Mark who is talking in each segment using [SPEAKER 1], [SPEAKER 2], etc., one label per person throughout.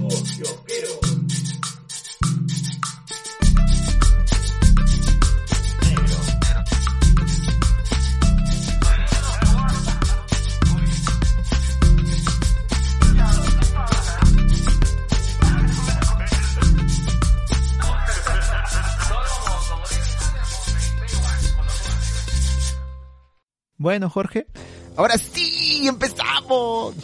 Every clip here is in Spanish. [SPEAKER 1] Yoquero.
[SPEAKER 2] Bueno, Jorge,
[SPEAKER 3] Ahora sí, empezamos.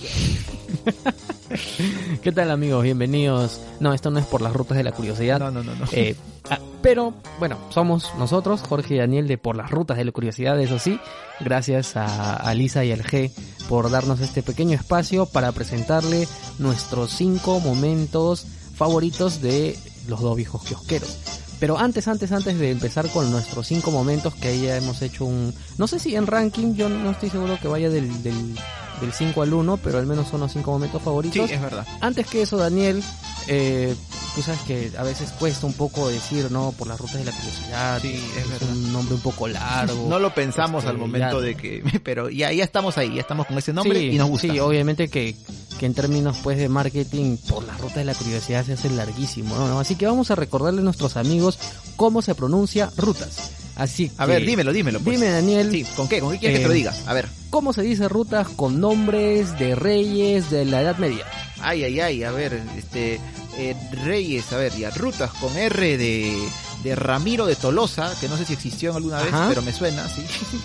[SPEAKER 4] ¿Qué tal amigos? Bienvenidos. No, esto no es por las rutas de la curiosidad.
[SPEAKER 2] no, no, no, no.
[SPEAKER 4] Eh, ah, pero bueno, somos nosotros, Jorge y Daniel, de Por las Rutas de la Curiosidad, eso sí. Gracias a, a Lisa y al G por darnos este pequeño espacio para presentarle nuestros cinco momentos favoritos de los dos viejos kiosqueros. Pero antes, antes, antes de empezar con nuestros cinco momentos, que ahí ya hemos hecho un... No sé si en ranking, yo no estoy seguro que vaya del, del, del 5 al 1, pero al menos son los cinco momentos
[SPEAKER 2] sí,
[SPEAKER 4] favoritos.
[SPEAKER 2] es verdad.
[SPEAKER 4] Antes que eso, Daniel, eh, tú sabes que a veces cuesta un poco decir, ¿no? Por las rutas de la curiosidad.
[SPEAKER 2] Sí, es verdad.
[SPEAKER 4] un nombre un poco largo.
[SPEAKER 2] No lo pensamos
[SPEAKER 4] Este,
[SPEAKER 2] al momento
[SPEAKER 4] ya.
[SPEAKER 2] de que, pero ya, ya estamos ahí, ya estamos con ese nombre
[SPEAKER 4] Sí,
[SPEAKER 2] y nos gusta.
[SPEAKER 4] Sí, obviamente que, que en términos pues de marketing, por las rutas de la curiosidad se hace larguísimo, ¿no? Así que vamos a recordarle a nuestros amigos cómo se pronuncia rutas. Así
[SPEAKER 2] a ver,
[SPEAKER 4] que-
[SPEAKER 2] dímelo, dímelo. pues.
[SPEAKER 4] Dime, Daniel,
[SPEAKER 2] Sí, ¿con qué? ¿Con qué quieres que te lo
[SPEAKER 4] Eh,
[SPEAKER 2] diga? A ver.
[SPEAKER 4] ¿cómo se dice rutas con nombres de reyes de la Edad Media?
[SPEAKER 2] Ay, ay, ay, a ver, este, eh, Reyes, a ver, ya, Rutas con R de, de Ramiro de Tolosa, que no sé si existió alguna vez,
[SPEAKER 4] Ajá.
[SPEAKER 2] pero me suena, sí.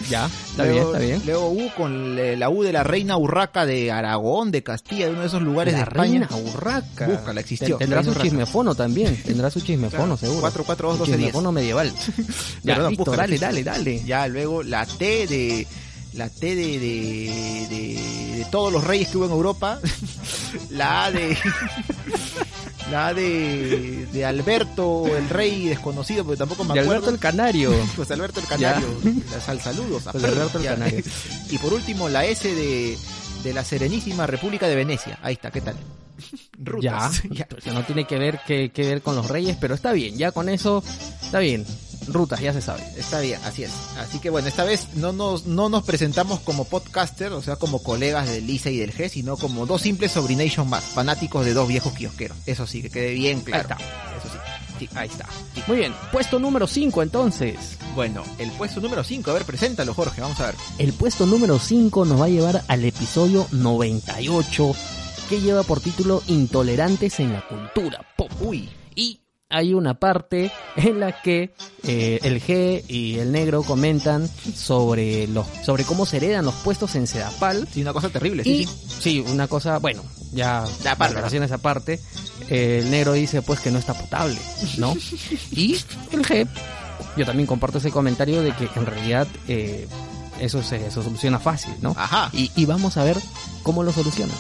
[SPEAKER 4] Ya, está bien,
[SPEAKER 2] luego,
[SPEAKER 4] está bien.
[SPEAKER 2] Luego U con le- la U de la Reina Urraca de Aragón, de Castilla, de uno de esos lugares
[SPEAKER 4] la
[SPEAKER 2] de España.
[SPEAKER 4] reina urraca.
[SPEAKER 2] Búscala, existió.
[SPEAKER 4] Tendrá su
[SPEAKER 2] Reina Urraca.
[SPEAKER 4] chismefono también. Tendrá su chismefono, seguro.
[SPEAKER 2] 442 12
[SPEAKER 4] Su
[SPEAKER 2] 10.
[SPEAKER 4] chismefono medieval. ya,
[SPEAKER 2] Perdón,
[SPEAKER 4] listo,
[SPEAKER 2] búscala,
[SPEAKER 4] dale,
[SPEAKER 2] sí.
[SPEAKER 4] dale, dale.
[SPEAKER 2] Ya, luego la T de. La T de, de, de, de todos los reyes que hubo en Europa. La A de. La A de, de Alberto, el rey desconocido, porque tampoco me
[SPEAKER 4] De
[SPEAKER 2] acuerdo.
[SPEAKER 4] Alberto el Canario.
[SPEAKER 2] Pues Alberto el Canario. las- Al saludos.
[SPEAKER 4] Pues Alberto el Canario.
[SPEAKER 2] Y por último, la S de, de la Serenísima República de Venecia. Ahí está, ¿qué tal?
[SPEAKER 4] ya.
[SPEAKER 2] Rutas. Ya.
[SPEAKER 4] O sea, no tiene que ver que, que ver con los reyes, pero está bien. Ya con eso, está bien. Rutas, ya se sabe.
[SPEAKER 2] Está bien, así es. Así que bueno, esta vez no nos, no nos presentamos como podcaster, o sea, como colegas del Lisa y del G, sino como dos simples sobrination más, fanáticos de dos viejos kiosqueros. Eso sí, que quede bien claro.
[SPEAKER 4] Ahí
[SPEAKER 2] Eso sí. Sí, ahí está. Sí.
[SPEAKER 4] Muy bien, puesto número 5 entonces.
[SPEAKER 2] Bueno, el puesto número 5, a ver, preséntalo, Jorge, vamos a ver.
[SPEAKER 4] El puesto número 5 nos va a llevar al episodio 98, que lleva por título Intolerantes en la cultura pop.
[SPEAKER 2] Uy,
[SPEAKER 4] Y hay una parte en la que eh, el G y el negro comentan sobre los sobre cómo se heredan los puestos en Sedapal.
[SPEAKER 2] sí, una cosa terrible, sí,
[SPEAKER 4] Y
[SPEAKER 2] sí.
[SPEAKER 4] sí, una cosa, bueno, ya
[SPEAKER 2] Ya aparte.
[SPEAKER 4] valoraciones aparte, eh, el negro dice pues que no está potable, ¿no? y el G, yo también comparto ese comentario de que en realidad eh, eso se eso soluciona fácil, ¿no?
[SPEAKER 2] Ajá.
[SPEAKER 4] Y, y vamos a ver cómo lo soluciona.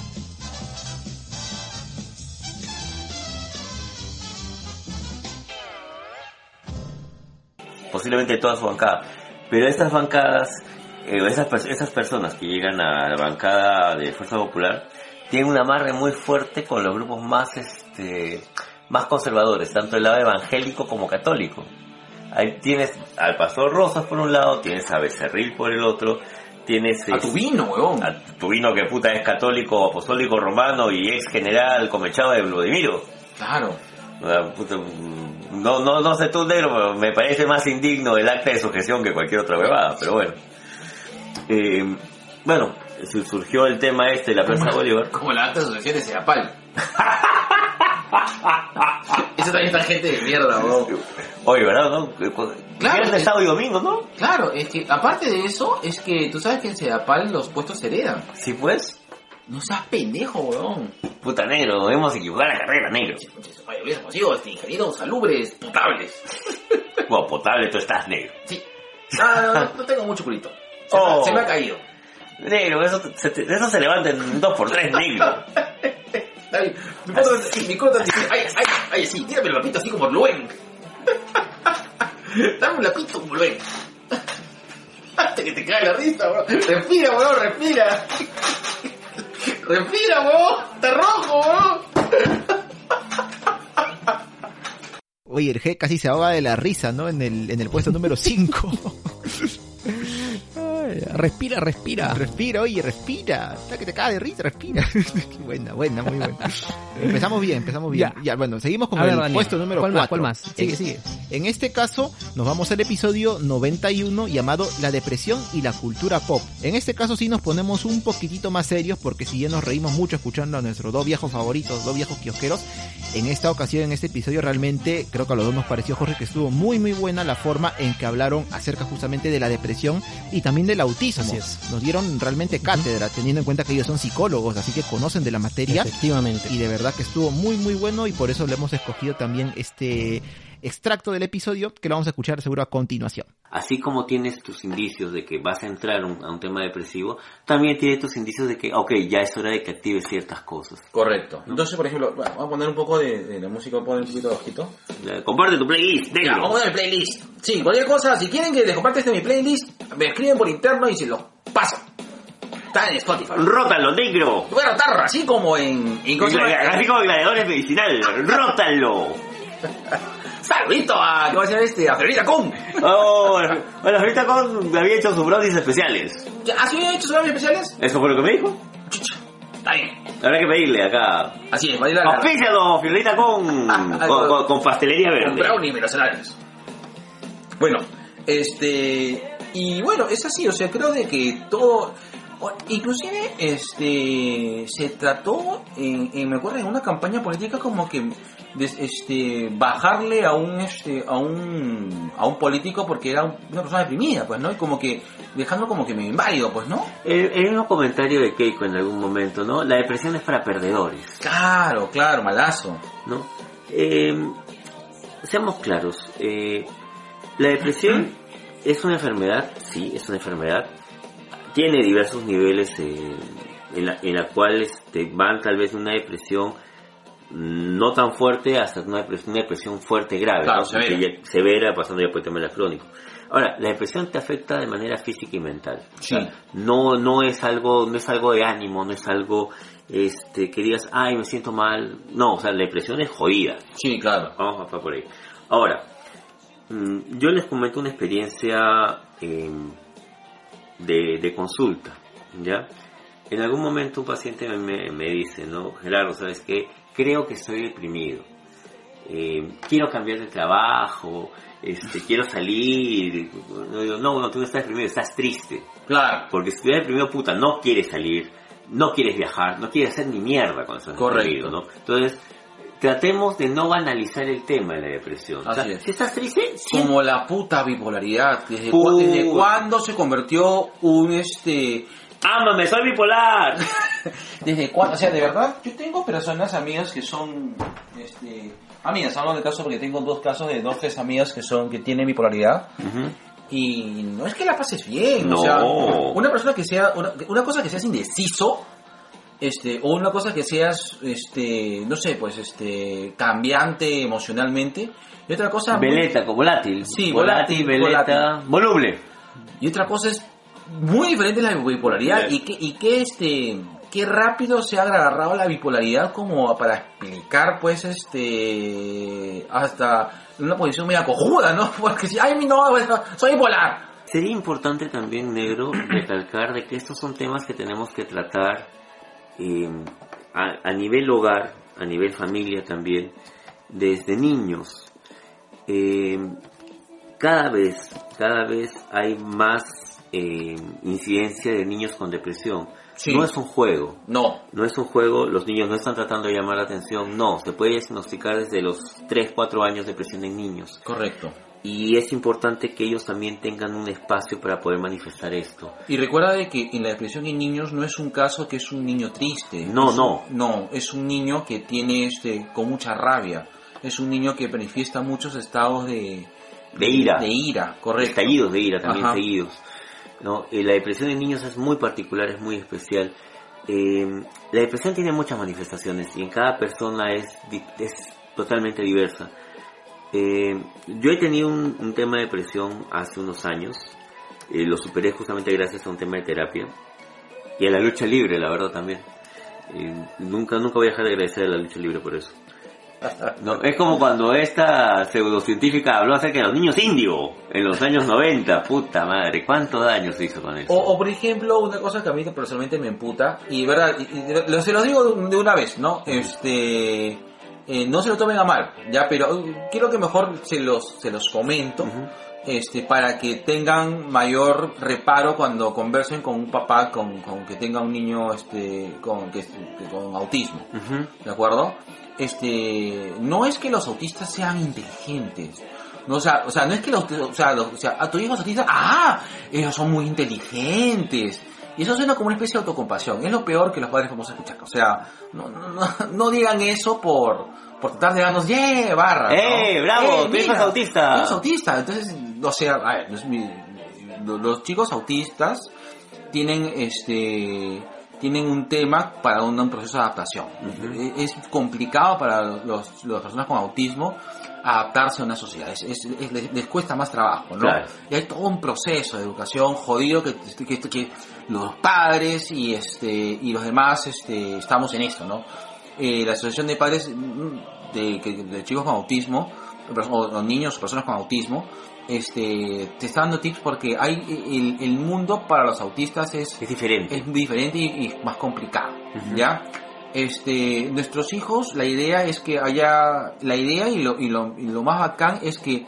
[SPEAKER 5] posiblemente toda su bancada. Pero estas bancadas, eh, esas, pers- esas personas que llegan a la bancada de Fuerza Popular, tienen un amarre muy fuerte con los grupos más, este, más conservadores, tanto del lado evangélico como católico. Ahí tienes al pastor Rosas por un lado, tienes a Becerril por el otro, tienes... este,
[SPEAKER 6] A tu vino, huevón.
[SPEAKER 5] a Tubino que puta es católico, apostólico romano y ex general comechado de Vladimiro.
[SPEAKER 6] Claro.
[SPEAKER 5] Ah, puta, mm, No, no, no sé tú, negro, pero me parece más indigno el acta de sujeción que cualquier otra huevada, pero bueno. Eh, bueno, su- surgió el tema este de la Plaza Bolívar.
[SPEAKER 6] Como la alta asociación de Seapal. Eso también está gente de mierda, bro.
[SPEAKER 5] Hoy, ¿verdad? ¿No?
[SPEAKER 6] Claro,
[SPEAKER 5] Viernes,
[SPEAKER 6] sí.
[SPEAKER 5] sábado y domingo, ¿no?
[SPEAKER 6] Claro, es que aparte de eso, es que tú sabes que en Seapal los puestos se heredan.
[SPEAKER 5] Sí, pues.
[SPEAKER 6] No seas pendejo, weón.
[SPEAKER 5] Puta negro, nos hemos equivocado la carrera, negro.
[SPEAKER 6] Oye, hubiese consigo este ingeniero salubres, potables.
[SPEAKER 5] Bueno, potable tú estás, negro.
[SPEAKER 6] Sí. Ah, no, no, no tengo mucho culito. Se,
[SPEAKER 5] Oh.
[SPEAKER 6] se me ha caído.
[SPEAKER 5] Negro, eso se, te- eso se levanta en 2x3, negro.
[SPEAKER 6] Está bien. Mi cuota mi cuota dice, ay, ay, ay, sí, tírame el lapito así como Luen. Dame un lapito como Luen. Hasta que te cae la risa, bro. Respira, bro, respira. Respira, bro. Está rojo, bro.
[SPEAKER 2] Oye, el G casi se ahoga de la risa, ¿no? En el, en el puesto número 5.
[SPEAKER 4] Respira, respira.
[SPEAKER 2] Respira, oye, respira. Está que te cae de risa, respira. Qué buena, buena, muy buena. empezamos bien, empezamos bien.
[SPEAKER 4] Ya.
[SPEAKER 2] Ya, bueno, seguimos con
[SPEAKER 4] A ver,
[SPEAKER 2] el
[SPEAKER 4] Daniel,
[SPEAKER 2] puesto número
[SPEAKER 4] ¿cuál
[SPEAKER 2] 4.
[SPEAKER 4] más, cuál más? Sigue,
[SPEAKER 2] En-
[SPEAKER 4] sigue.
[SPEAKER 2] En este caso, nos vamos al episodio 91 llamado La depresión y la cultura pop. En este caso sí nos ponemos un poquitito más serios porque si ya nos reímos mucho escuchando a nuestros dos viejos favoritos, dos viejos kiosqueros, en esta ocasión, en este episodio, realmente creo que a los dos nos pareció, Jorge, que estuvo muy, muy buena la forma en que hablaron acerca justamente de la depresión y también del autismo.
[SPEAKER 4] Así es.
[SPEAKER 2] Nos dieron realmente cátedra, teniendo en cuenta que ellos son psicólogos, así que conocen de la materia
[SPEAKER 4] Efectivamente.
[SPEAKER 2] y de verdad que estuvo muy muy bueno y por eso le hemos escogido también este extracto del episodio que lo vamos a escuchar seguro a continuación.
[SPEAKER 5] Así como tienes tus indicios de que vas a entrar un- a un tema depresivo, también tienes tus indicios de que, ok, ya es hora de que actives ciertas cosas.
[SPEAKER 6] Correcto. Entonces, por ejemplo, bueno, vamos a poner un poco de, de la música, poner un poquito bajito.
[SPEAKER 5] Ya, Eh, Comparte tu playlist,
[SPEAKER 6] Ya,
[SPEAKER 5] negro.
[SPEAKER 6] vamos a poner el playlist. Sí, cualquier cosa, si quieren que les comparte este mi playlist, me escriben por interno y se los paso. Está en Spotify.
[SPEAKER 5] Rótalo, negro.
[SPEAKER 6] Bueno, tarra, así como en... en ¿cómo se llama?
[SPEAKER 5] Así como gladiadores medicinal, rótalo.
[SPEAKER 6] Saludito a... ¿Cómo se llama este? A Federica Kun.
[SPEAKER 5] Oh, bueno, ahorita con había hecho sus brownies especiales.
[SPEAKER 6] ¿Así he hecho programas especiales?
[SPEAKER 5] ¿Eso fue lo que me dijo?
[SPEAKER 6] Chucha, está bien.
[SPEAKER 5] Habrá que pedirle acá.
[SPEAKER 6] Así es, bailar a
[SPEAKER 5] Auspícialo, Fiorita, con, con, con- con pastelería
[SPEAKER 6] con
[SPEAKER 5] verde.
[SPEAKER 6] brownie mercenarios. Bueno, este... Y bueno, es así, o sea, creo de que todo... o- Inclusive, este... Se trató, en, en- me acuerdo, en una campaña política como que... des- este, bajarle a un este a un a un político porque era un- una persona deprimida pues no y como que dejándolo como que medio inválido pues no
[SPEAKER 5] El, el mismo Eh, comentario de Keiko en algún momento, ¿no? La depresión es para perdedores.
[SPEAKER 6] claro claro malazo
[SPEAKER 5] ¿no? Eh, seamos claros, eh, la depresión es una enfermedad, sí, es una enfermedad, tiene diversos niveles eh, en, la, en la cual este, van tal vez de una depresión mm, no tan fuerte hasta una depresión, una depresión fuerte grave,
[SPEAKER 6] Claro,
[SPEAKER 5] ¿no?
[SPEAKER 6] severa.
[SPEAKER 5] Que ya- severa, pasando ya por el tema de la crónica. Ahora, la depresión te afecta de manera física y mental
[SPEAKER 6] sí
[SPEAKER 5] no no es algo no es algo de ánimo no es algo este que digas ay me siento mal no o sea la depresión es jodida
[SPEAKER 6] sí claro
[SPEAKER 5] vamos a pasar por ahí ahora mm, yo les comento una experiencia em, de, de consulta ya en algún momento un paciente me- me, me dice no Gerardo sabes qué creo que estoy deprimido eh, quiero cambiar de trabajo este, quiero salir no, digo, no no tú no estás deprimido estás triste
[SPEAKER 6] Claro,
[SPEAKER 5] porque si estuvieras deprimido, puta, no quieres salir, no quieres viajar, no quieres hacer ni mierda cuando estás
[SPEAKER 6] Correcto.
[SPEAKER 5] deprimido, ¿no? Entonces, tratemos de no banalizar el tema de la depresión. O sea,
[SPEAKER 6] Así es.
[SPEAKER 5] si estás triste, siempre...
[SPEAKER 6] como la puta bipolaridad. ¿Desde,
[SPEAKER 5] Puta.
[SPEAKER 6] cu- desde cuándo se convirtió un este...
[SPEAKER 5] ¡Ámame, soy bipolar!
[SPEAKER 6] Desde cuándo, o sea, de verdad, yo tengo personas amigas que son... Este, amigas, hablo de caso porque tengo dos casos de dos, tres amigas que son que tienen bipolaridad.
[SPEAKER 5] Ujú.
[SPEAKER 6] Y no es que la pases bien.
[SPEAKER 5] No.
[SPEAKER 6] O sea, una persona que sea... Una, una cosa que seas indeciso. Este, o una cosa que seas, este, no sé, pues, este, cambiante emocionalmente. Y otra cosa... muy-
[SPEAKER 5] Veleta, como volátil.
[SPEAKER 6] Sí,
[SPEAKER 5] volátil,
[SPEAKER 6] volátil,
[SPEAKER 5] veleta, voluble.
[SPEAKER 6] Y otra cosa es muy diferente la bipolaridad
[SPEAKER 5] Sí.
[SPEAKER 6] y que, y que este qué rápido se ha agarrado la bipolaridad como para explicar pues este hasta una posición media cojuda, ¿no? Porque si ay mi no, pues, no, soy bipolar.
[SPEAKER 5] Sería importante también, negro, recalcar de que estos son temas que tenemos que tratar eh, a, a nivel hogar, a nivel familia también, desde niños. Eh, cada vez, cada vez hay más eh, incidencia de niños con depresión.
[SPEAKER 6] Sí.
[SPEAKER 5] No es un juego,
[SPEAKER 6] No,
[SPEAKER 5] no es un juego, los niños no están tratando de llamar la atención, no, se puede diagnosticar desde los 3, 4 años depresión en niños
[SPEAKER 6] correcto.
[SPEAKER 5] y es importante que ellos también tengan un espacio para poder manifestar esto.
[SPEAKER 6] Y recuerda de que en la depresión en niños no es un caso que es un niño triste.
[SPEAKER 5] No,
[SPEAKER 6] Es un-
[SPEAKER 5] no.
[SPEAKER 6] No, es un niño que tiene este con mucha rabia. Es un niño que manifiesta muchos estados de
[SPEAKER 5] De ira.
[SPEAKER 6] De ira, correcto.
[SPEAKER 5] Estallidos de ira también
[SPEAKER 6] Ajá.
[SPEAKER 5] seguidos. ¿no? Eh, la depresión en niños es muy particular, es muy especial. Eh, la depresión tiene muchas manifestaciones y en cada persona es, di- es totalmente diversa. Eh, yo he tenido un, un tema de depresión hace unos años. Eh, lo superé justamente gracias a un tema de terapia y a la lucha libre, la verdad también. Eh, nunca, nunca voy a dejar de agradecer a la lucha libre por eso. No, es como cuando esta pseudocientífica habló acerca de los niños indio en los años 90. Puta madre, ¿cuánto daño se hizo con eso?
[SPEAKER 6] O, o, por ejemplo, una cosa que a mí personalmente me emputa, y verdad, y- y- lo- se los digo de una vez, ¿no? Este, eh, no se lo tomen a mal, ya, pero uh, quiero que mejor se los, se los comento,
[SPEAKER 5] Ujú.
[SPEAKER 6] este, para que tengan mayor reparo cuando conversen con un papá con, con que tenga un niño, este, con, que, que con autismo.
[SPEAKER 5] Ujú.
[SPEAKER 6] ¿De acuerdo? Este, no es que los autistas sean inteligentes. No, o, sea, o sea, no es que los, o sea, los- o sea, a tu hijo es autista, ah, ellos son muy inteligentes. Y eso suena como una especie de autocompasión. Es lo peor que los padres vamos a escuchar. O sea, no, no, no, no digan eso por, por tratar de darnos, ¡yeah! barra. ¿no?
[SPEAKER 5] ¡Eh, bravo!
[SPEAKER 6] ¡Eh,
[SPEAKER 5] ¡Tu hijo
[SPEAKER 6] mira,
[SPEAKER 5] es autista!
[SPEAKER 6] tu hijo es autista. Entonces, o sea, a ver, los, mi- los- los chicos autistas tienen este tienen un tema para un, un proceso de adaptación. E, Es es complicado para los, las personas con autismo adaptarse a una sociedad. Es, es- es- les, les cuesta más trabajo, ¿no?
[SPEAKER 5] Claro.
[SPEAKER 6] Y hay todo un proceso de educación jodido que, que, que los padres y este y los demás este, estamos en esto, ¿no? Eh, la Asociación de Padres mm, de, que- de Chicos con Autismo, o, o niños, personas con autismo, este, te está dando tips porque hay el, el mundo para los autistas es
[SPEAKER 5] Es diferente.
[SPEAKER 6] es diferente y, y más complicado, ¿ya? Este, nuestros hijos, la idea es que haya, la idea y lo, y lo, y lo más bacán es que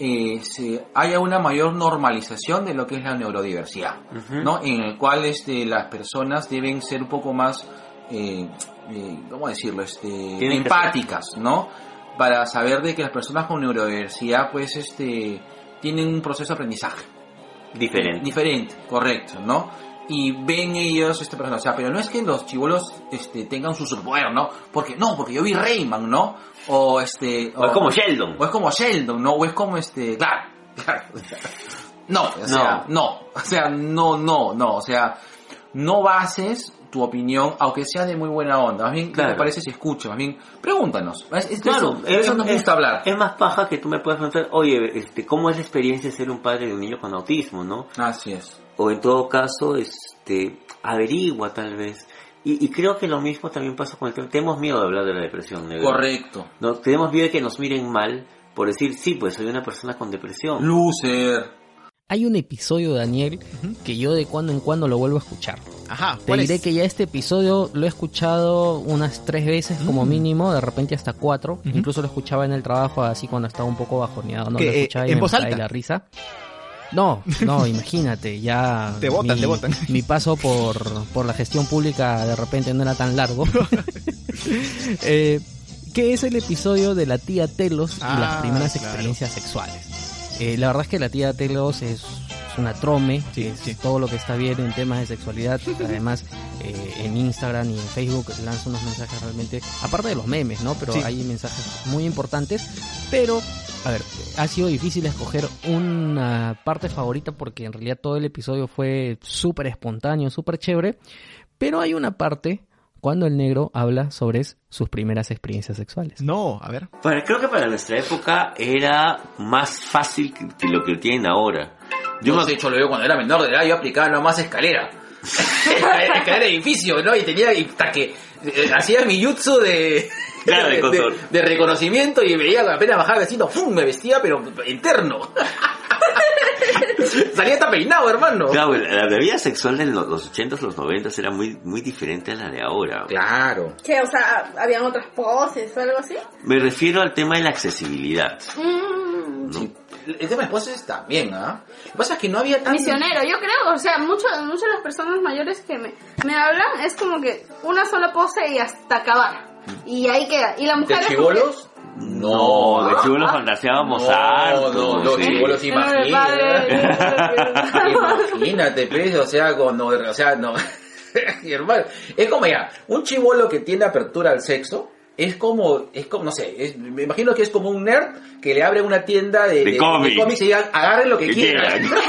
[SPEAKER 6] eh, se haya una mayor normalización de lo que es la neurodiversidad, Eh, ¿no? En el cual este, las personas deben ser un poco más, eh, eh, ¿cómo decirlo? Este,
[SPEAKER 5] Tienen que
[SPEAKER 6] empáticas, ¿no? Para saber de que las personas con neurodiversidad, pues, este, tienen un proceso de aprendizaje
[SPEAKER 5] Diferente.
[SPEAKER 6] diferente, correcto, ¿no? Y ven ellos esta persona, o sea, pero no es que los chivolos este, tengan su superpoder, ¿no? Porque no, porque yo vi Rayman, ¿no? O este
[SPEAKER 5] O es como Sheldon.
[SPEAKER 6] o es como Sheldon, ¿no? O es como este, claro, claro. No, o sea, no, o sea, no, no, no, o sea, no bases tu opinión, aunque sea de muy buena onda, más bien, ¿qué
[SPEAKER 5] Claro.
[SPEAKER 6] te parece si escuchas? Más bien, pregúntanos. Es- es-
[SPEAKER 5] Claro,
[SPEAKER 6] eso, eso nos gusta hablar.
[SPEAKER 5] Es más paja que tú me puedas preguntar, oye, este, ¿cómo es la experiencia de ser un padre de un niño con autismo, no?
[SPEAKER 6] Así es.
[SPEAKER 5] o en todo caso, este, averigua tal vez. Y, y creo que lo mismo también pasa con el tema. Tenemos miedo de hablar de la depresión, negro.
[SPEAKER 6] Correcto.
[SPEAKER 5] No, tenemos miedo de que nos miren mal por decir, sí, pues soy una persona con depresión.
[SPEAKER 6] Loser.
[SPEAKER 4] Hay un episodio, Daniel, que yo de cuando en cuando lo vuelvo a escuchar.
[SPEAKER 2] Ajá,
[SPEAKER 4] Te
[SPEAKER 2] ¿cuál
[SPEAKER 4] diré
[SPEAKER 2] es?
[SPEAKER 4] que ya este episodio lo he escuchado unas tres veces como mínimo, de repente hasta cuatro.
[SPEAKER 2] Mm. Ujú.
[SPEAKER 4] Incluso lo escuchaba en el trabajo así cuando estaba un poco bajoneado, ¿no?
[SPEAKER 2] ¿Qué,
[SPEAKER 4] Lo
[SPEAKER 2] eh,
[SPEAKER 4] escuchaba y
[SPEAKER 2] en
[SPEAKER 4] me
[SPEAKER 2] voz
[SPEAKER 4] mataba
[SPEAKER 2] alta?
[SPEAKER 4] de la risa. No, no, imagínate, ya...
[SPEAKER 2] Te botan,
[SPEAKER 4] mi-
[SPEAKER 2] te botan.
[SPEAKER 4] Mi paso por, por la gestión pública de repente no era tan largo. eh, que es el episodio de la tía Telos y
[SPEAKER 2] Ah,
[SPEAKER 4] las primeras
[SPEAKER 2] claro.
[SPEAKER 4] experiencias sexuales. Eh, la verdad es que la tía Telos es, es una trome,
[SPEAKER 2] Sí,
[SPEAKER 4] es
[SPEAKER 2] sí.
[SPEAKER 4] todo lo que está bien en temas de sexualidad. Además, eh, en Instagram y en Facebook lanza unos mensajes realmente, aparte de los memes, ¿no? Pero
[SPEAKER 2] Sí.
[SPEAKER 4] hay mensajes muy importantes. Pero, a ver, ha sido difícil escoger una parte favorita porque en realidad todo el episodio fue súper espontáneo, súper chévere. Pero hay una parte cuando el negro habla sobre sus primeras experiencias sexuales.
[SPEAKER 2] No, a ver.
[SPEAKER 5] Para- creo que para nuestra época era más fácil que, que lo que tienen ahora. Yo
[SPEAKER 6] Yo
[SPEAKER 5] me
[SPEAKER 6] de hecho lo veo cuando era menor de edad, yo aplicaba nomás escalera. escalera de edificio, ¿no? Y tenía y hasta que eh, hacía mi jutsu de,
[SPEAKER 5] Claro, de control.
[SPEAKER 6] de reconocimiento y veía que apenas bajaba el vecino, ¡fum! me vestía pero interno. Salía hasta peinado, hermano.
[SPEAKER 5] Claro, la, la vida sexual de los, los 80s, los 90s era muy, muy diferente a la de ahora.
[SPEAKER 6] Claro.
[SPEAKER 1] Que, o sea, habían otras poses o algo así.
[SPEAKER 5] Me refiero al tema de la accesibilidad.
[SPEAKER 1] Mm,
[SPEAKER 5] ¿no?
[SPEAKER 6] Sí. El tema de poses también, ¿ah? Lo que pasa es que no había tan...
[SPEAKER 1] Misionero, yo creo, o sea, mucho- muchas de las personas mayores que me, me hablan es como que una sola pose y hasta acabar. Y ahí queda. Y la
[SPEAKER 6] ¿De
[SPEAKER 1] mujer es como que-
[SPEAKER 6] chibolos?
[SPEAKER 5] No, de chulo fantaseábamos harto.
[SPEAKER 6] No, no, los
[SPEAKER 5] sí.
[SPEAKER 6] chibolos
[SPEAKER 1] Eh, padre,
[SPEAKER 6] Imagínate, pues, o sea, cuando, o sea, no. Mi hermano, es como ya, un chivolo que tiene apertura al sexo, es como, es como, no sé, es- me imagino que es como un nerd que le abre una tienda de,
[SPEAKER 5] De cómics.
[SPEAKER 6] y diga, agarren lo que,
[SPEAKER 5] que
[SPEAKER 6] quieran.
[SPEAKER 5] quieran.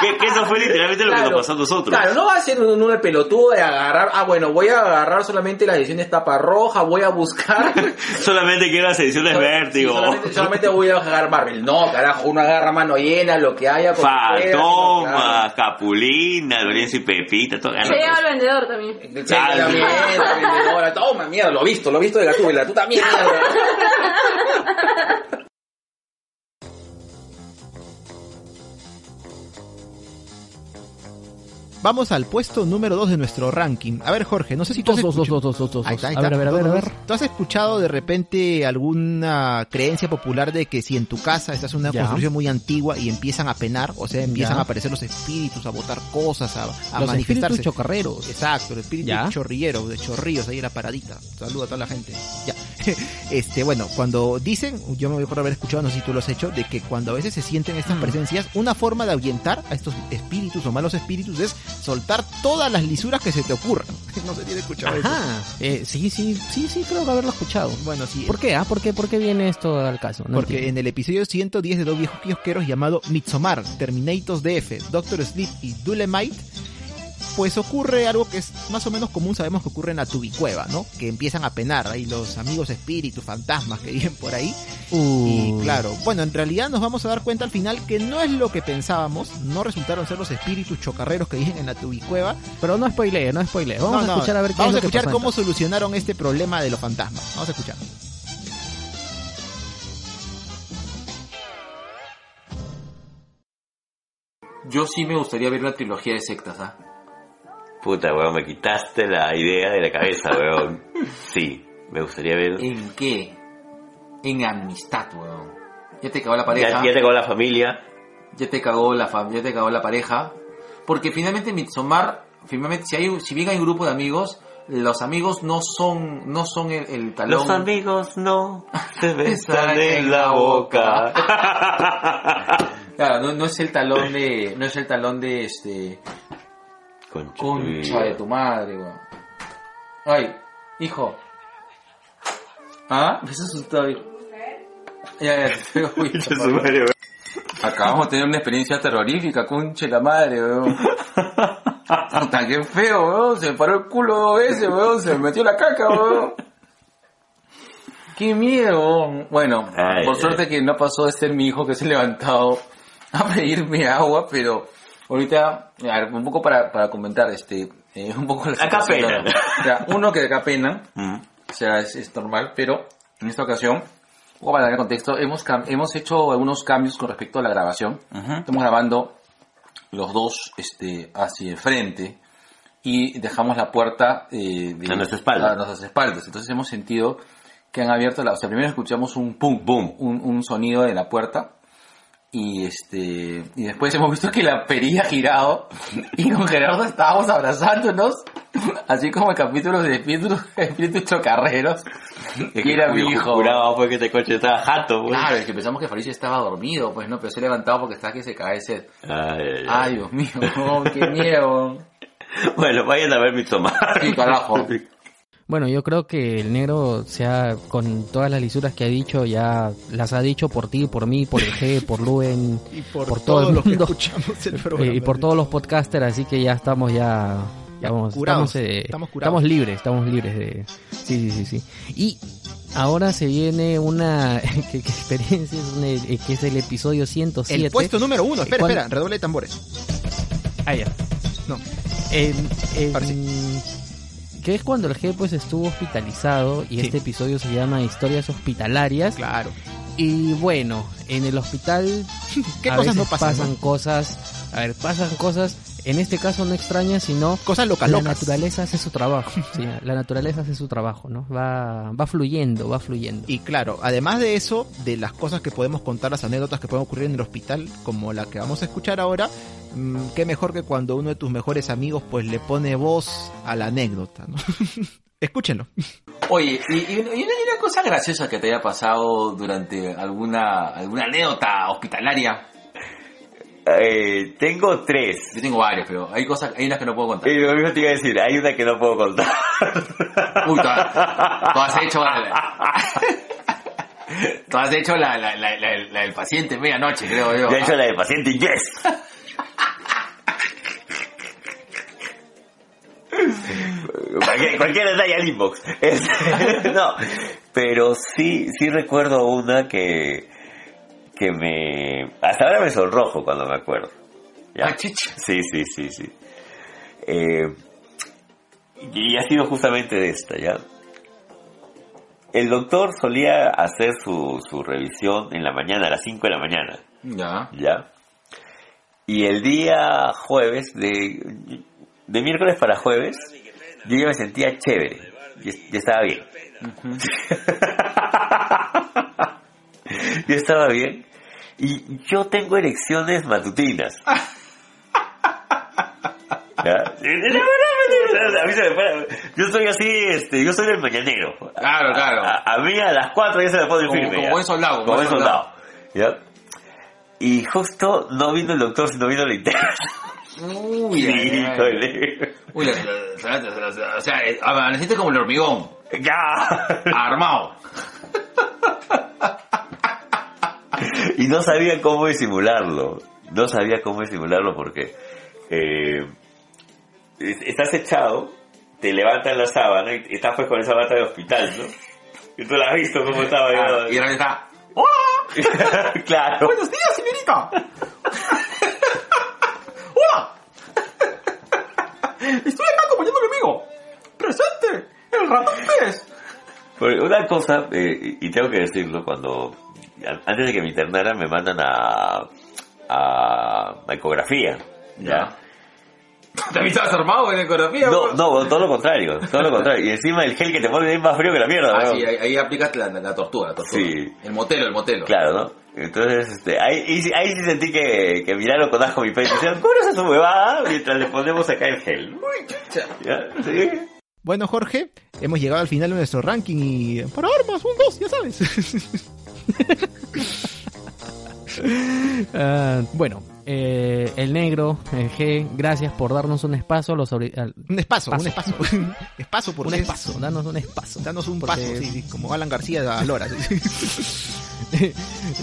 [SPEAKER 5] que, que eso fue literalmente lo que
[SPEAKER 6] Claro,
[SPEAKER 5] nos pasó a nosotros.
[SPEAKER 6] Claro, no va a ser un, un pelotudo de agarrar, ah, bueno, voy a agarrar solamente las ediciones tapa roja, voy a buscar.
[SPEAKER 5] Solamente quiero las ediciones
[SPEAKER 6] Sí,
[SPEAKER 5] vértigo.
[SPEAKER 6] solamente, solamente voy a agarrar Marvel. No, carajo, uno agarra mano llena, lo que haya. como quiera, no, claro.
[SPEAKER 5] Fantoma, Capulina, Lorenzo y Pepita, todo.
[SPEAKER 1] Se lleva al vendedor también.
[SPEAKER 6] Sí, la mierda, vendedora, toma mierda, lo he visto, lo he visto pedacito de la tubela, tú también. mierda.
[SPEAKER 2] Vamos al puesto número 2 de nuestro ranking. A ver, Jorge, no sé si tú has
[SPEAKER 4] Dos, dos, dos,
[SPEAKER 2] escuchado-
[SPEAKER 4] dos, dos, dos, dos.
[SPEAKER 2] Ahí está, ahí
[SPEAKER 4] A ver,
[SPEAKER 2] está.
[SPEAKER 4] a ver, a ver, a ver.
[SPEAKER 2] ¿Tú has escuchado de repente alguna creencia popular de que si en tu casa estás en una
[SPEAKER 4] Ya.
[SPEAKER 2] construcción muy antigua y empiezan a penar, o sea, empiezan
[SPEAKER 4] Ya.
[SPEAKER 2] a aparecer los espíritus, a botar cosas, a, a
[SPEAKER 4] Los
[SPEAKER 2] manifestarse?
[SPEAKER 4] espíritus chocarreros.
[SPEAKER 2] Exacto, el espíritu
[SPEAKER 4] Ya.
[SPEAKER 2] chorrillero, de chorrillos, ahí en la paradita. Saluda a toda la gente. Ya. Este, bueno, cuando dicen, yo me acuerdo haber escuchado, no sé si tú lo has hecho, de que cuando a veces se sienten
[SPEAKER 4] Mm.
[SPEAKER 2] estas presencias, una forma de ahuyentar a estos espíritus o malos espíritus es soltar todas las lisuras que se te ocurran. No sé si has escuchado eso.
[SPEAKER 4] Ajá. Eh, sí, sí, sí, sí, creo que haberlo escuchado.
[SPEAKER 2] Bueno, sí.
[SPEAKER 4] ¿Por qué? Ah, ¿por qué, por qué viene esto al caso? No
[SPEAKER 2] Porque
[SPEAKER 4] entiendo.
[SPEAKER 2] en el episodio 110 de Dos Viejos Kiosqueros llamado Midsommar, Terminators DF, Doctor Sleep y Dulemite, pues ocurre algo que es más o menos común, sabemos que ocurre en la tubicueva, ¿no? Que empiezan a penar ahí los amigos espíritus, fantasmas que viven por ahí. Y
[SPEAKER 4] Uy.
[SPEAKER 2] claro, bueno, en realidad nos vamos a dar cuenta al final que no es lo que pensábamos, no resultaron ser los espíritus chocarreros que viven en la tubicueva.
[SPEAKER 4] Pero no spoilee, no spoilee. Vamos
[SPEAKER 2] No,
[SPEAKER 4] a
[SPEAKER 2] no,
[SPEAKER 4] escuchar a ver qué
[SPEAKER 2] vamos
[SPEAKER 4] es lo
[SPEAKER 2] a
[SPEAKER 4] que
[SPEAKER 2] escuchar
[SPEAKER 4] pasó
[SPEAKER 2] cómo solucionaron este problema de los fantasmas. Vamos a escuchar.
[SPEAKER 6] Yo sí me gustaría ver una trilogía de sectas, ¿ah?
[SPEAKER 5] Puta, weón, me quitaste la idea de la cabeza, weón. Sí, me gustaría ver.
[SPEAKER 6] ¿En qué? En amistad, weón. Ya te cagó la pareja.
[SPEAKER 5] Ya, ya te acabó la familia.
[SPEAKER 6] ya te cagó la familia, te cagó la pareja. Porque finalmente Midsommar, finalmente, si, hay, si bien hay un grupo de amigos, los amigos no son, no son el, el talón.
[SPEAKER 5] Los amigos no se besan
[SPEAKER 6] Están en
[SPEAKER 5] en la
[SPEAKER 6] la
[SPEAKER 5] boca.
[SPEAKER 6] Claro, no, no es el talón de, no es el talón de este,
[SPEAKER 5] Concha,
[SPEAKER 6] concha de tu madre, weón. Ay, hijo. ¿Ah? Me has asustado, hijo. Ya, ya, te pego,
[SPEAKER 5] Concha
[SPEAKER 6] Midsommar.
[SPEAKER 5] de su madre, weón.
[SPEAKER 6] Acabamos de tener una experiencia terrorífica, conche la madre, weón. Puta, qué feo, weón. Se me paró el culo dos veces, weón. Se me metió la caca, weón. Qué miedo, weón. Bueno,
[SPEAKER 5] Ay,
[SPEAKER 6] por
[SPEAKER 5] ay.
[SPEAKER 6] suerte que no pasó de ser mi hijo que se ha levantado a pedirme agua, pero ahorita, a ver, un poco para, para comentar, este, eh, un poco la
[SPEAKER 5] Acá
[SPEAKER 6] situación,
[SPEAKER 5] penan.
[SPEAKER 6] ¿no? O sea, uno que acá pena,
[SPEAKER 5] Mm.
[SPEAKER 6] o sea, es, es normal, pero en esta ocasión, un poco para dar el contexto, hemos, cam- hemos hecho algunos cambios con respecto a la grabación. Estamos grabando los dos este, hacia el frente y dejamos la puerta eh, de-
[SPEAKER 5] A nuestra espalda.
[SPEAKER 6] a nuestras espaldas. Entonces hemos sentido que han abierto la... O sea, primero escuchamos un pum, boom, un, un sonido de la puerta y este y después hemos visto que la perilla ha girado y con Gerardo estábamos abrazándonos así como el capítulo de espíritus espíritus chocarreros que era mi
[SPEAKER 5] Cuyo
[SPEAKER 6] hijo
[SPEAKER 5] jurado fue que este coche estaba jato, weón.
[SPEAKER 6] claro es que pensamos que Fabricio estaba dormido pues no pero se ha levantado porque estaba que se cae ese
[SPEAKER 5] Ay, ay, ay.
[SPEAKER 6] ay Dios mío qué miedo
[SPEAKER 5] Bueno, vayan a ver mi tomar.
[SPEAKER 6] sí carajo
[SPEAKER 4] Bueno, yo creo que el negro, sea con todas las lisuras que ha dicho, ya las ha dicho por ti, por mí, por el G, por Luen
[SPEAKER 2] Y por,
[SPEAKER 4] Por todo
[SPEAKER 2] todo,
[SPEAKER 4] el
[SPEAKER 2] lo que
[SPEAKER 4] mundo.
[SPEAKER 2] escuchamos el
[SPEAKER 4] eh,
[SPEAKER 2] programa.
[SPEAKER 4] y por todos los podcasters, así que ya estamos ya...
[SPEAKER 2] Ya
[SPEAKER 4] estamos,
[SPEAKER 2] curados,
[SPEAKER 4] estamos, eh,
[SPEAKER 2] estamos curados.
[SPEAKER 4] estamos libres, estamos libres de... Sí, sí, sí, sí. Y ahora se viene una... que, que experiencia es? un- eh, que es el episodio 107.
[SPEAKER 2] El puesto número uno, espera,
[SPEAKER 4] ¿Cuál?
[SPEAKER 2] espera, redoble de tambores.
[SPEAKER 4] Ah, ya.
[SPEAKER 2] No.
[SPEAKER 4] En- en-
[SPEAKER 2] Ahora
[SPEAKER 4] que es cuando el G pues estuvo hospitalizado y
[SPEAKER 2] Sí.
[SPEAKER 4] este episodio se llama Historias Hospitalarias.
[SPEAKER 2] Claro.
[SPEAKER 4] Y bueno, en el hospital
[SPEAKER 2] ¿Qué
[SPEAKER 4] a
[SPEAKER 2] cosas
[SPEAKER 4] veces
[SPEAKER 2] no pasan? no?
[SPEAKER 4] cosas, a ver, pasan cosas, en este caso no extrañas, sino
[SPEAKER 2] Cosas locas,
[SPEAKER 4] la
[SPEAKER 2] locas.
[SPEAKER 4] naturaleza hace su trabajo. sí, la naturaleza hace su trabajo, ¿no? Va, va fluyendo, va fluyendo.
[SPEAKER 2] Y claro, además de eso, de las cosas que podemos contar, las anécdotas que pueden ocurrir en el hospital, como la que vamos a escuchar ahora, mm, qué mejor que cuando uno de tus mejores amigos pues le pone voz a la anécdota, ¿no? Escúchenlo.
[SPEAKER 6] Oye, y, y- y una, y una cosa graciosa que te haya pasado durante alguna alguna anécdota hospitalaria.
[SPEAKER 5] Eh, tengo tres.
[SPEAKER 6] Yo tengo varias, pero hay cosas, hay unas que no puedo contar.
[SPEAKER 5] Y lo mismo te iba a decir, hay una que no puedo contar.
[SPEAKER 6] Uy, todas, todas he hecho la, todas he hecho la, la, la, la- la del paciente medianoche, creo yo.
[SPEAKER 5] Yo he hecho la de paciente, yes. cualquier, cualquier detalle al inbox. Este, no, pero sí, sí recuerdo una que, que me... Hasta ahora me sonrojo cuando me acuerdo. Ya.
[SPEAKER 6] Ah, chucha.
[SPEAKER 5] Sí, sí, sí, sí. Eh, y ha sido justamente de esta, ¿ya? el doctor solía hacer su, su revisión en la mañana, a las 5 de la mañana,
[SPEAKER 6] Ya.
[SPEAKER 5] ¿ya? Y el día jueves, de, de miércoles para jueves, yo ya me sentía chévere, yo, yo estaba bien. yo estaba bien. Y yo tengo erecciones matutinas. ¿Ya? A mí se me para- Yo soy así, este, yo soy el mañanero.
[SPEAKER 6] Claro, claro.
[SPEAKER 5] A, a- a mí a las 4 ya se me pone
[SPEAKER 6] Ah, Como-
[SPEAKER 5] firme.
[SPEAKER 6] como
[SPEAKER 5] ya.
[SPEAKER 6] buen soldado,
[SPEAKER 5] Como buen soldado. ¿Ya? Y justo no vino el doctor, sino vino la interna.
[SPEAKER 6] Uy,
[SPEAKER 5] Sí,
[SPEAKER 6] ay, ay.
[SPEAKER 5] híjole.
[SPEAKER 6] Uy, la- la- la- la- la- o sea, eh, amaneciste como el hormigón,
[SPEAKER 5] Ya.
[SPEAKER 6] armado.
[SPEAKER 5] y no sabía cómo disimularlo. No sabía cómo disimularlo porque eh, es- estás echado, te levantan la sábana y estás pues con esa bata de hospital, ¿no? Y tú la has visto cómo estaba
[SPEAKER 6] Claro, y
[SPEAKER 5] yo.
[SPEAKER 6] ahora está. ¡Hola!
[SPEAKER 5] claro.
[SPEAKER 6] ¡Buenos días, señorita! ¡Hola! Estoy acá acompañando a mi amigo. ¡Presente! ¡El ratón Pérez!
[SPEAKER 5] Porque una cosa, eh, y tengo que decirlo, cuando a- antes de que me internaran me mandan a, a, a ecografía.
[SPEAKER 6] Ya. También estabas armado en ecografía.
[SPEAKER 5] No,
[SPEAKER 6] weón.
[SPEAKER 5] no, todo lo contrario, todo lo contrario. Y encima el gel que te pone es más frío que la mierda.
[SPEAKER 6] Ah,
[SPEAKER 5] weón.
[SPEAKER 6] sí, ahí, ahí aplicas la, la, la tortura, la tortura.
[SPEAKER 5] Sí.
[SPEAKER 6] El motelo, el motelo.
[SPEAKER 5] Claro, ¿no? Entonces, este, ahí, ahí sí- ahí sí sentí que, que miraron con asco mi pecho y decían, ¿cómo es esa huevada? Mientras le ponemos acá el gel.
[SPEAKER 6] Uy, chucha.
[SPEAKER 5] ¿Ya? ¿Sí?
[SPEAKER 2] Bueno, Jorge, hemos llegado al final de nuestro ranking y. Para armas, un dos, ya sabes.
[SPEAKER 4] Ah, bueno, eh, el negro, el G, gracias por darnos un espacio. a Los abri- al-
[SPEAKER 2] un espacio, un
[SPEAKER 4] Paso.
[SPEAKER 2] espacio. espacio por
[SPEAKER 4] un espacio, danos un espacio.
[SPEAKER 2] Danos un
[SPEAKER 4] Porque-
[SPEAKER 2] paso, sí, sí, como Alan García a Lora. sí.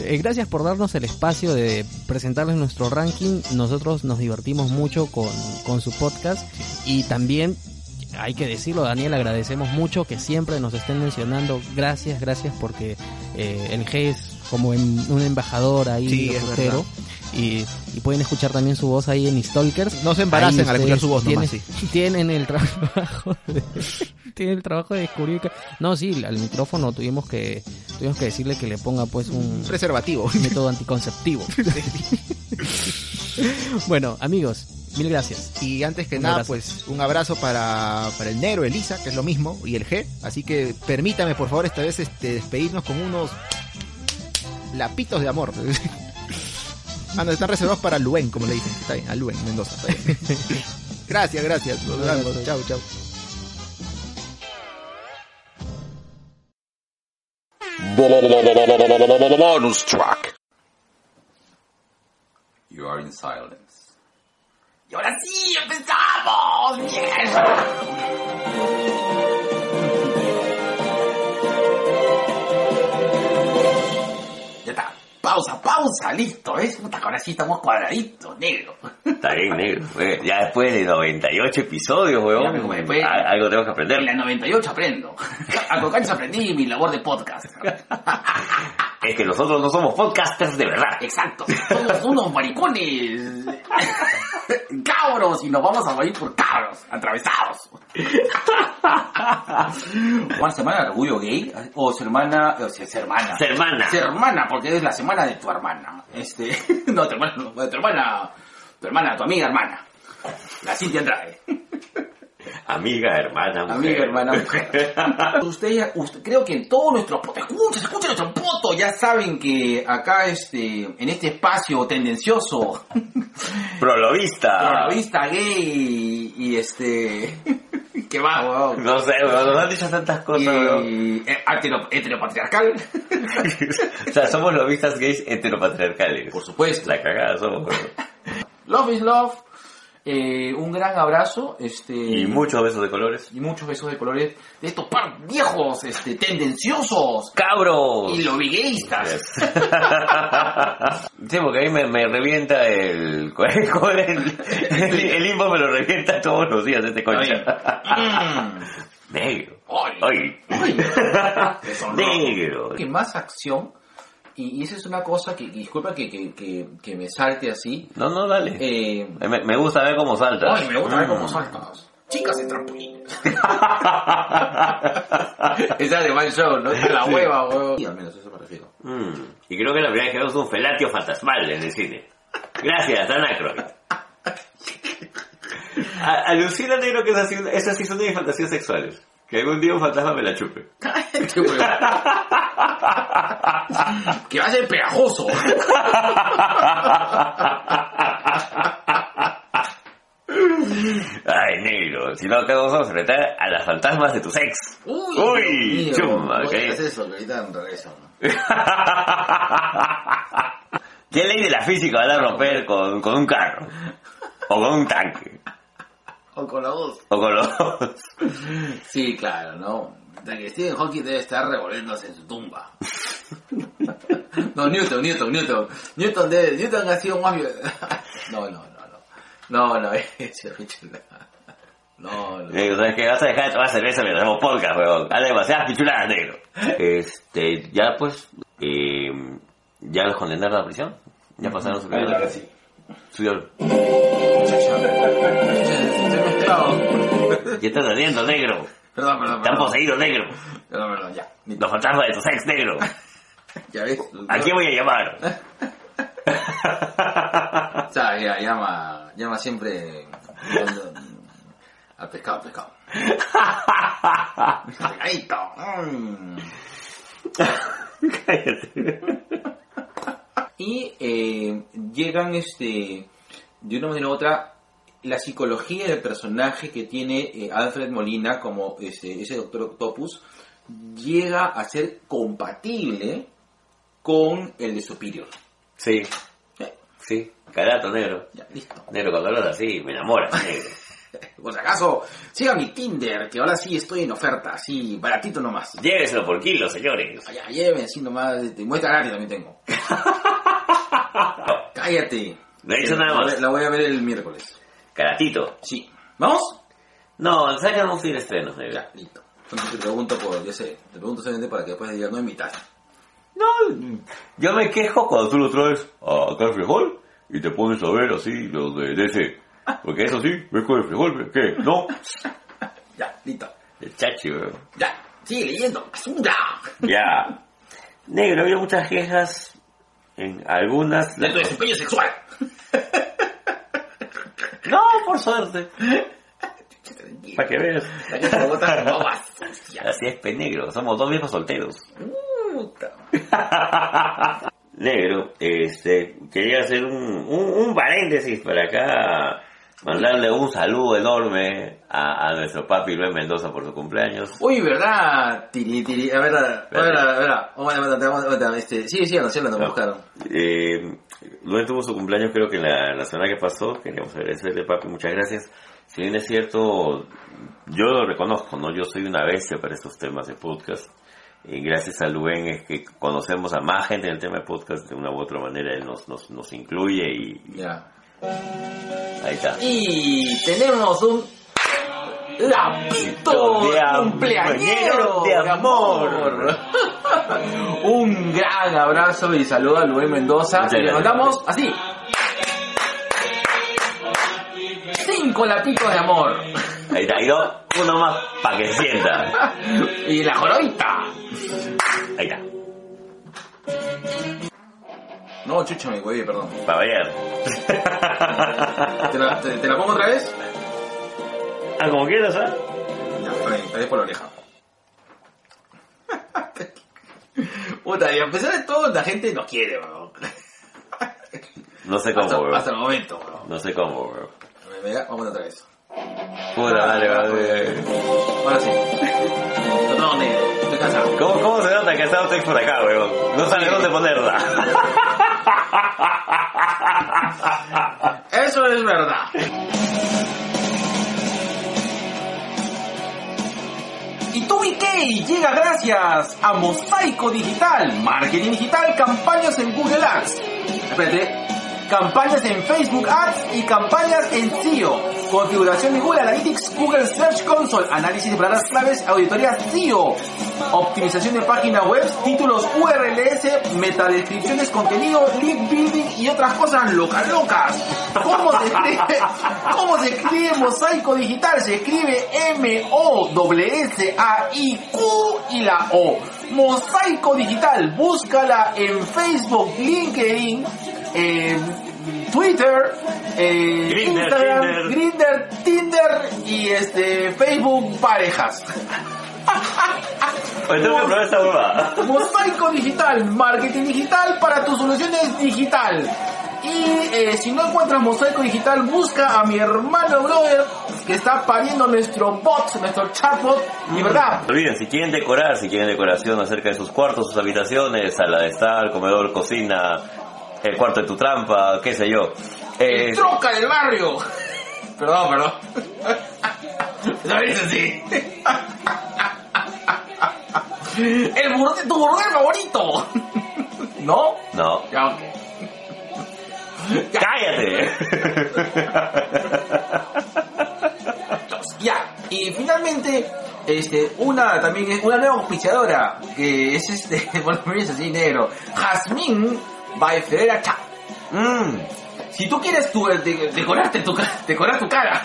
[SPEAKER 4] Eh, gracias por darnos el espacio de presentarles nuestro ranking. Nosotros nos divertimos mucho con, con su podcast y también, hay que decirlo, Daniel, agradecemos mucho que siempre nos estén mencionando. Gracias, gracias porque eh, el G es como en- un embajador ahí,
[SPEAKER 2] Sí, es
[SPEAKER 4] rojero. y, y pueden escuchar también su voz ahí en Stalkers.
[SPEAKER 2] No se embaracen
[SPEAKER 4] Ahí
[SPEAKER 2] al escuchar
[SPEAKER 4] ustedes
[SPEAKER 2] su voz nomás, sí.
[SPEAKER 4] tienen, tienen el trabajo de, tienen el trabajo de descubrir que no sí al micrófono tuvimos que tuvimos que decirle que le ponga pues un
[SPEAKER 2] Un preservativo.
[SPEAKER 4] método anticonceptivo bueno amigos mil gracias
[SPEAKER 2] Y antes que
[SPEAKER 4] Un
[SPEAKER 2] nada,
[SPEAKER 4] abrazo.
[SPEAKER 2] pues un abrazo para, para el negro, Elisa, que es lo mismo, y el G. Así que permítame, por favor, esta vez este, despedirnos con unos lapitos de amor. Ah, no, están reservados para Luen, como le dicen. Está bien, a Luen, Mendoza. Está bien. gracias, gracias. Nos vemos. Chau, chau.
[SPEAKER 6] Bonus track. You are in silence. Y ahora sí, empezamos. Bien. Ya está. Pausa, pausa, listo, ¿ves? Puta, ahora sí estamos cuadraditos, negro.
[SPEAKER 5] Está bien, negro. Eh, Ya después de 98 episodios,
[SPEAKER 6] Ya, pues, como
[SPEAKER 5] weón, eh,
[SPEAKER 6] después-
[SPEAKER 5] a- algo tenemos que
[SPEAKER 6] En la
[SPEAKER 5] aprender.
[SPEAKER 6] 98 aprendo. A Cocancho aprendí mi labor de podcast.
[SPEAKER 5] Es que nosotros no somos podcasters de verdad.
[SPEAKER 6] Exacto. Somos unos maricones. Cabros. Y nos vamos a morir por cabros. Atravesados. Juan, semana de orgullo gay. O su hermana. O sea, su hermana.
[SPEAKER 5] Ser hermana.
[SPEAKER 6] Su hermana, porque es la semana de tu hermana. Este. No, tu hermana. no, Tu hermana. Tu hermana, tu amiga hermana. La Cintia Andrade.
[SPEAKER 5] Amiga, hermana, mujer.
[SPEAKER 6] Amiga, hermana, mujer. Usted, usted- creo que en todos nuestros potes, escuchen, escuchen nuestro poto, ya saben que acá este, en este espacio tendencioso,
[SPEAKER 5] Prolovista.
[SPEAKER 6] vista gay y este, que va, weón.
[SPEAKER 5] No sé, weón, nos han dicho tantas
[SPEAKER 6] Y,
[SPEAKER 5] cosas, weón.
[SPEAKER 6] eh, hetero- heteropatriarcal,
[SPEAKER 5] O sea, somos lobistas gays heteropatriarcales.
[SPEAKER 6] por supuesto.
[SPEAKER 5] La cagada somos, weón.
[SPEAKER 6] Love is love. Eh, un gran abrazo, este.
[SPEAKER 5] Y muchos besos de colores.
[SPEAKER 6] y muchos besos de colores de estos par viejos, este, tendenciosos
[SPEAKER 5] ¡Cabros!
[SPEAKER 6] y lobigueístas.
[SPEAKER 5] Sí, porque a mí me, me revienta el, el, el, el inbox me lo revienta todos los días este concha.
[SPEAKER 6] Mm.
[SPEAKER 5] Negro.
[SPEAKER 6] Ay.
[SPEAKER 5] Ay.
[SPEAKER 6] Ay. Qué sonrojo.
[SPEAKER 5] Negro.
[SPEAKER 6] que más acción, y, y esa es una cosa que, disculpa que, que, que, que me salte así.
[SPEAKER 5] No, no, dale.
[SPEAKER 6] Eh,
[SPEAKER 5] Me, me gusta ver cómo salta.
[SPEAKER 6] ay, me gusta ver cómo saltas. Chicas en trampolines. Esa de mal show, ¿no? De la
[SPEAKER 5] Sí.
[SPEAKER 6] hueva, huevo. Y al menos eso me refiero.
[SPEAKER 5] Mm, y creo que la primera vez que vemos un felatio fantasmal en el cine. Gracias, Anacroid. A- Alucina negro que esas sí, esas sí son de mis fantasías sexuales. Que algún día un fantasma me la chupe.
[SPEAKER 6] Qué huevo. que va a ser pegajoso.
[SPEAKER 5] Ay, negro, si no acá nos vamos a enfrentar a las fantasmas de tus ex.
[SPEAKER 6] Uy,
[SPEAKER 5] Uy,
[SPEAKER 6] Dios mío,
[SPEAKER 5] chumba,
[SPEAKER 6] no
[SPEAKER 5] ok.
[SPEAKER 6] digas eso, que ahorita en regreso.
[SPEAKER 5] ¿Qué ley de la física van a romper con, con un carro? O con un tanque.
[SPEAKER 6] O con la voz.
[SPEAKER 5] O con los...
[SPEAKER 6] Sí, claro, ¿no? De que Stephen Hawking debe estar revolviéndose en su tumba. no, Newton, Newton, Newton. Newton, debe, Newton ha sido más... viol- no, no, no, no. No, no, ese Richard. No, no.
[SPEAKER 5] Negro, ¿sabes qué? Vas a dejar de tomar cerveza mientras hacemos podcast, weón. Hay demasiadas pichuladas, negro. Este, ya pues, eh, ya los condenaron a la prisión. Ya pasaron su cadena. Subió.
[SPEAKER 6] Se ha mezclado.
[SPEAKER 5] Ya están saliendo, negro.
[SPEAKER 6] Perdón, perdón,
[SPEAKER 5] Están
[SPEAKER 6] perdón.
[SPEAKER 5] poseídos, negro.
[SPEAKER 6] Perdón, perdón, ya.
[SPEAKER 5] Los fantasmas de tus ex, negro.
[SPEAKER 6] Ya ves.
[SPEAKER 5] ¿A quién voy a llamar?
[SPEAKER 6] O sea, ya, llama, llama siempre... Al pescado, pescado. Pescadito. Mm.
[SPEAKER 5] Cállate.
[SPEAKER 6] y eh, llegan este de una manera u otra la psicología del personaje que tiene eh, Alfred Molina como este, ese doctor Octopus llega a ser compatible con el de Superior.
[SPEAKER 5] Sí,
[SPEAKER 6] Eh,
[SPEAKER 5] sí. Carato, negro.
[SPEAKER 6] ya, listo.
[SPEAKER 5] Negro, cuando hablas así, me enamoras, negro.
[SPEAKER 6] Por si acaso, siga mi Tinder, que ahora sí estoy en oferta, así, baratito nomás.
[SPEAKER 5] Lléveselo por kilo, señores.
[SPEAKER 6] Allá, lléveme así nomás, te este, muestra gratis también tengo. Cállate.
[SPEAKER 5] No he dicho nada
[SPEAKER 6] La-
[SPEAKER 5] más.
[SPEAKER 6] La voy a ver el miércoles.
[SPEAKER 5] Caratito.
[SPEAKER 6] Sí. ¿Vamos?
[SPEAKER 5] No, ¿sabes que no vamos a ir a estrenos, negro?
[SPEAKER 6] Ya, listo. Entonces te pregunto por, yo sé, te pregunto solamente para que después digas, no invitar.
[SPEAKER 5] No, yo me quejo cuando tú lo traes a acá al frijol y te pones a ver así los de DC. Porque eso sí, ves con el frijol, ¿qué? ¿No?
[SPEAKER 6] Ya, listo.
[SPEAKER 5] El chachi, weón.
[SPEAKER 6] Ya, sigue leyendo. ¡Azura!
[SPEAKER 5] Ya. Negro, había muchas quejas en algunas...
[SPEAKER 6] De tu desempeño sexual.
[SPEAKER 5] No, por suerte. Para que veas.
[SPEAKER 6] La que se bota con babas sucias.
[SPEAKER 5] Así es, pe negro. Somos dos viejos solteros.
[SPEAKER 6] Puta.
[SPEAKER 5] negro, este, quería hacer un, un, un paréntesis para acá, mandarle un saludo enorme a, a nuestro papi Luis Mendoza por su cumpleaños.
[SPEAKER 6] Uy, ¿verdad? Tiri, tiri. A ver, a ver, a ver, a ver. Aguanta, aguanta, aguanta, aguanta, este, Sí, sí, sí, lo buscaron.
[SPEAKER 5] Eh, Luis tuvo su cumpleaños creo que la, la semana que pasó, queríamos agradecerle papi, muchas gracias. Si bien es cierto, yo lo reconozco, ¿no? Yo soy una bestia para estos temas de podcast. Y gracias a Luen es que conocemos a más gente en el tema de podcast de una u otra manera, él nos, nos, nos incluye y
[SPEAKER 6] Ya.
[SPEAKER 5] ahí está.
[SPEAKER 6] Y tenemos un... ¡Lapito!
[SPEAKER 5] De am-
[SPEAKER 6] ¡Cumpleañero
[SPEAKER 5] de amor.
[SPEAKER 6] Un gran abrazo y saludo a Luis Mendoza.
[SPEAKER 5] Muchas
[SPEAKER 6] Y le
[SPEAKER 5] gracias.
[SPEAKER 6] mandamos así. Cinco lapitos de amor.
[SPEAKER 5] Ahí está, ahí dos, uno más para que sienta.
[SPEAKER 6] Y la jorobita.
[SPEAKER 5] Ahí está,
[SPEAKER 6] No, chucha, me güey, perdón.
[SPEAKER 5] para variar.
[SPEAKER 6] ¿Te la, te- te la pongo otra vez?
[SPEAKER 5] Ah, como quieras, ¿ah?
[SPEAKER 6] Ya, está bien, te dejo por la oreja. Puta, y a pesar de todo, la gente nos quiere, weón.
[SPEAKER 5] No sé cómo,
[SPEAKER 6] Hasta,
[SPEAKER 5] bro.
[SPEAKER 6] hasta el momento, weón.
[SPEAKER 5] No sé cómo, bro.
[SPEAKER 6] Me- me- Vamos otra vez.
[SPEAKER 5] Puta madre, bro.
[SPEAKER 6] Ahora sí. No, no, negro, estoy cansado.
[SPEAKER 5] ¿Cómo, ¿Cómo se nota que está Otex por acá, weón? No sabe dónde ponerla.
[SPEAKER 6] Eso es verdad. Y tu IK llega gracias a Mosaico Digital, Marketing Digital, campañas en Google Ads. Espérate. Campañas en Facebook Ads y campañas en SEO. Configuración de Google Analytics, Google Search Console, análisis de palabras claves, auditoría SEO, optimización de páginas web, títulos URLs, metadescripciones, contenido, link building y otras cosas locas locas. ¿Cómo se escribe, cómo se escribe mosaico digital? Se escribe M-O-S-S-A-I-Q y la O. Mosaico digital, búscala en Facebook, LinkedIn, en Twitter, eh,
[SPEAKER 5] Grindr,
[SPEAKER 6] Instagram,
[SPEAKER 5] Tinder.
[SPEAKER 6] Grinder, Tinder y este Facebook parejas.
[SPEAKER 5] Oye, Pues tengo que probar esa huevada.
[SPEAKER 6] Mosaico digital, marketing digital para tus soluciones digital. Y eh, si no encuentras mosaico digital, busca a mi hermano brother que está pariendo nuestro bot, nuestro chatbot. Y verdad,
[SPEAKER 5] No olviden, si quieren decorar, si quieren decoración acerca de sus cuartos, sus habitaciones, sala de estar, comedor, cocina, el cuarto de tu trampa, qué sé yo. Eh,
[SPEAKER 6] el troca del barrio. Perdón, perdón. No me dices así. El burdel, tu burdel favorito. ¿No?
[SPEAKER 5] no.
[SPEAKER 6] Ya, ok.
[SPEAKER 5] ¡Cállate!
[SPEAKER 6] Ya, y finalmente, este, una también es una nueva auspiciadora, que es este, bueno, me dice así negro, Jasmine by Ferreira Cha.
[SPEAKER 5] Mm,
[SPEAKER 6] Si tú quieres tu, de- decorarte tu, ca- decorar tu cara,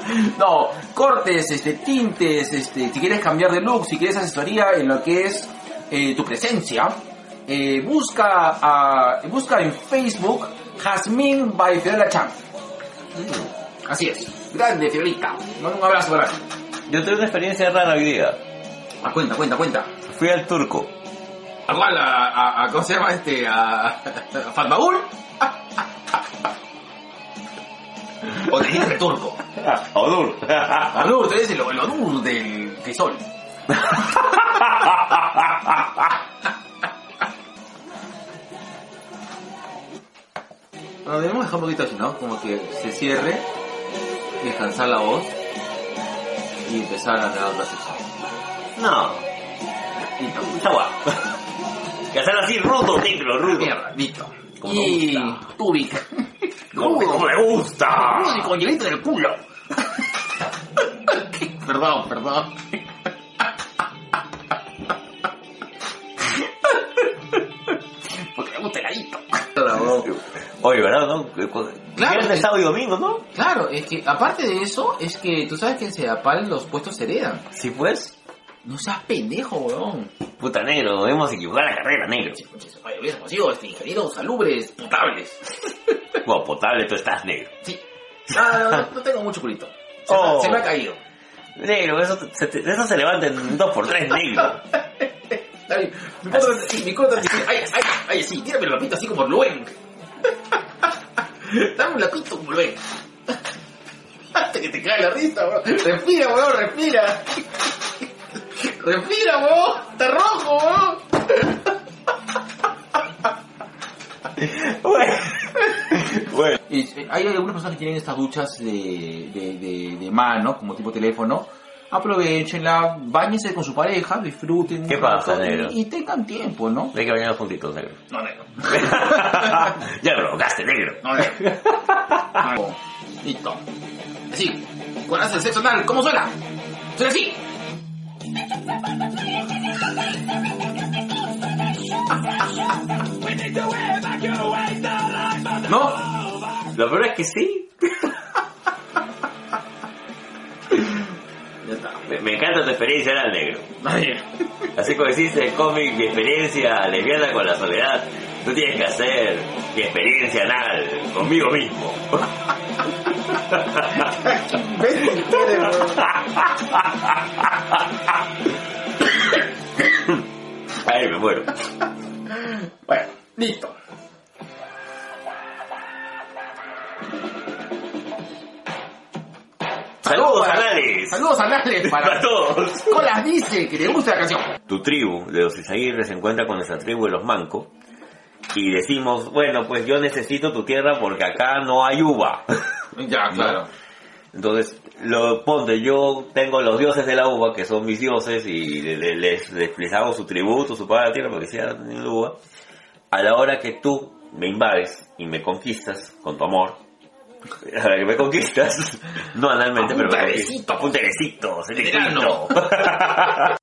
[SPEAKER 6] no, cortes, este, tintes, este, si quieres cambiar de look, si quieres asesoría en lo que es eh, tu presencia, eh, busca, a- busca en Facebook Jasmine by Ferreira Cha. Mm, Así es, grande Fiorita, ¿no? un abrazo para ti.
[SPEAKER 5] yo tuve una experiencia rara hoy día.
[SPEAKER 6] Ah, cuenta, cuenta, cuenta.
[SPEAKER 5] Fui al turco.
[SPEAKER 6] ¿A cuál? ¿A, a, a- cómo se llama este? ¿A, a Fatmaul? ¿O te dices el turco?
[SPEAKER 5] Odur.
[SPEAKER 6] Anur, tú eres el, el Anur del crisol. Bueno, debemos dejar un poquito así, ¿no? Como que se cierre, descansar la voz y empezar a crear otra sección.
[SPEAKER 5] No,
[SPEAKER 6] Listo.
[SPEAKER 5] esa guapa. Que hacer así rudo, negro, rudo.
[SPEAKER 6] Mierda, listo.
[SPEAKER 5] Como me
[SPEAKER 6] y
[SPEAKER 5] gusta.
[SPEAKER 6] Tubic.
[SPEAKER 5] Como como me gusta.
[SPEAKER 6] y con hielito en el culo. perdón, perdón. Porque me gusta el heladito.
[SPEAKER 5] Oye, ¿verdad? ¿No?
[SPEAKER 6] Claro,
[SPEAKER 5] Viernes,
[SPEAKER 6] es-
[SPEAKER 5] sábado y domingo, ¿no?
[SPEAKER 6] Claro, es que aparte de eso, es que tú sabes que en Sedapal los puestos se heredan.
[SPEAKER 5] Sí, pues.
[SPEAKER 6] No seas pendejo, weón.
[SPEAKER 5] Puta negro, hemos equivocado la carrera, negro.
[SPEAKER 6] Oye, hubiera consigo este ingeniero salubres, putables.
[SPEAKER 5] Bueno, potable, tú estás negro.
[SPEAKER 6] Sí. Ah, no, no, no tengo mucho culito. Se,
[SPEAKER 5] Oh.
[SPEAKER 6] me, se me ha caído.
[SPEAKER 5] Negro, eso se, te- eso se levanta en dos por tres, negro.
[SPEAKER 6] Ay, mi corta, sí, mi corta, sí, ay, ay, ay, sí, tírame el lapito así como Luen. Dame un lapito como Luen. Hasta que te cae la risa, bro. Respira, weón, respira. Respira, weón. Está rojo, weón.
[SPEAKER 5] Bueno. bueno.
[SPEAKER 6] Eh, hay algunas personas que tienen estas duchas de, de, de, de mano, como tipo teléfono. Aprovechenla, bañense con su pareja, disfruten.
[SPEAKER 5] ¿Qué pasa, negro?
[SPEAKER 6] Y, y tengan tiempo, ¿no?
[SPEAKER 5] Hay que bañarnos juntitos, negro.
[SPEAKER 6] No, negro.
[SPEAKER 5] ya me provocaste, negro.
[SPEAKER 6] No, negro. No. Listo. Así. ¿Cuál es el sexo anal? ¿Cómo suena? Suena así. ¿No?
[SPEAKER 5] Lo peor es que sí.
[SPEAKER 6] Ya está.
[SPEAKER 5] Me, me encanta tu experiencia, era el negro.
[SPEAKER 6] Nadie.
[SPEAKER 5] Así como existe el cómic Mi experiencia lesbiana con la soledad, tú tienes que hacer mi experiencia anal conmigo mismo. Ay, me muero.
[SPEAKER 6] Bueno, listo.
[SPEAKER 5] Saludos anales
[SPEAKER 6] Saludos anales
[SPEAKER 5] para
[SPEAKER 6] para
[SPEAKER 5] todos.
[SPEAKER 6] Colas dice que le gusta la canción.
[SPEAKER 5] Tu tribu de los Isaguirre se encuentra con nuestra tribu de los Manco y decimos, bueno, pues yo necesito tu tierra porque acá no hay uva.
[SPEAKER 6] Ya,
[SPEAKER 5] claro. Entonces, lo ponte, yo tengo los dioses de la uva, que son mis dioses, y le- le- les, les, les hago su tributo, su paga a la tierra, porque sea de uva. A la hora que tú me invades y me conquistas con tu amor, A ver, me conquistas. No analmente,
[SPEAKER 6] A
[SPEAKER 5] pero me
[SPEAKER 6] punta de
[SPEAKER 5] conquistas.
[SPEAKER 6] besitos.
[SPEAKER 5] A punta de besitos, el
[SPEAKER 6] Verano.
[SPEAKER 5] licuito.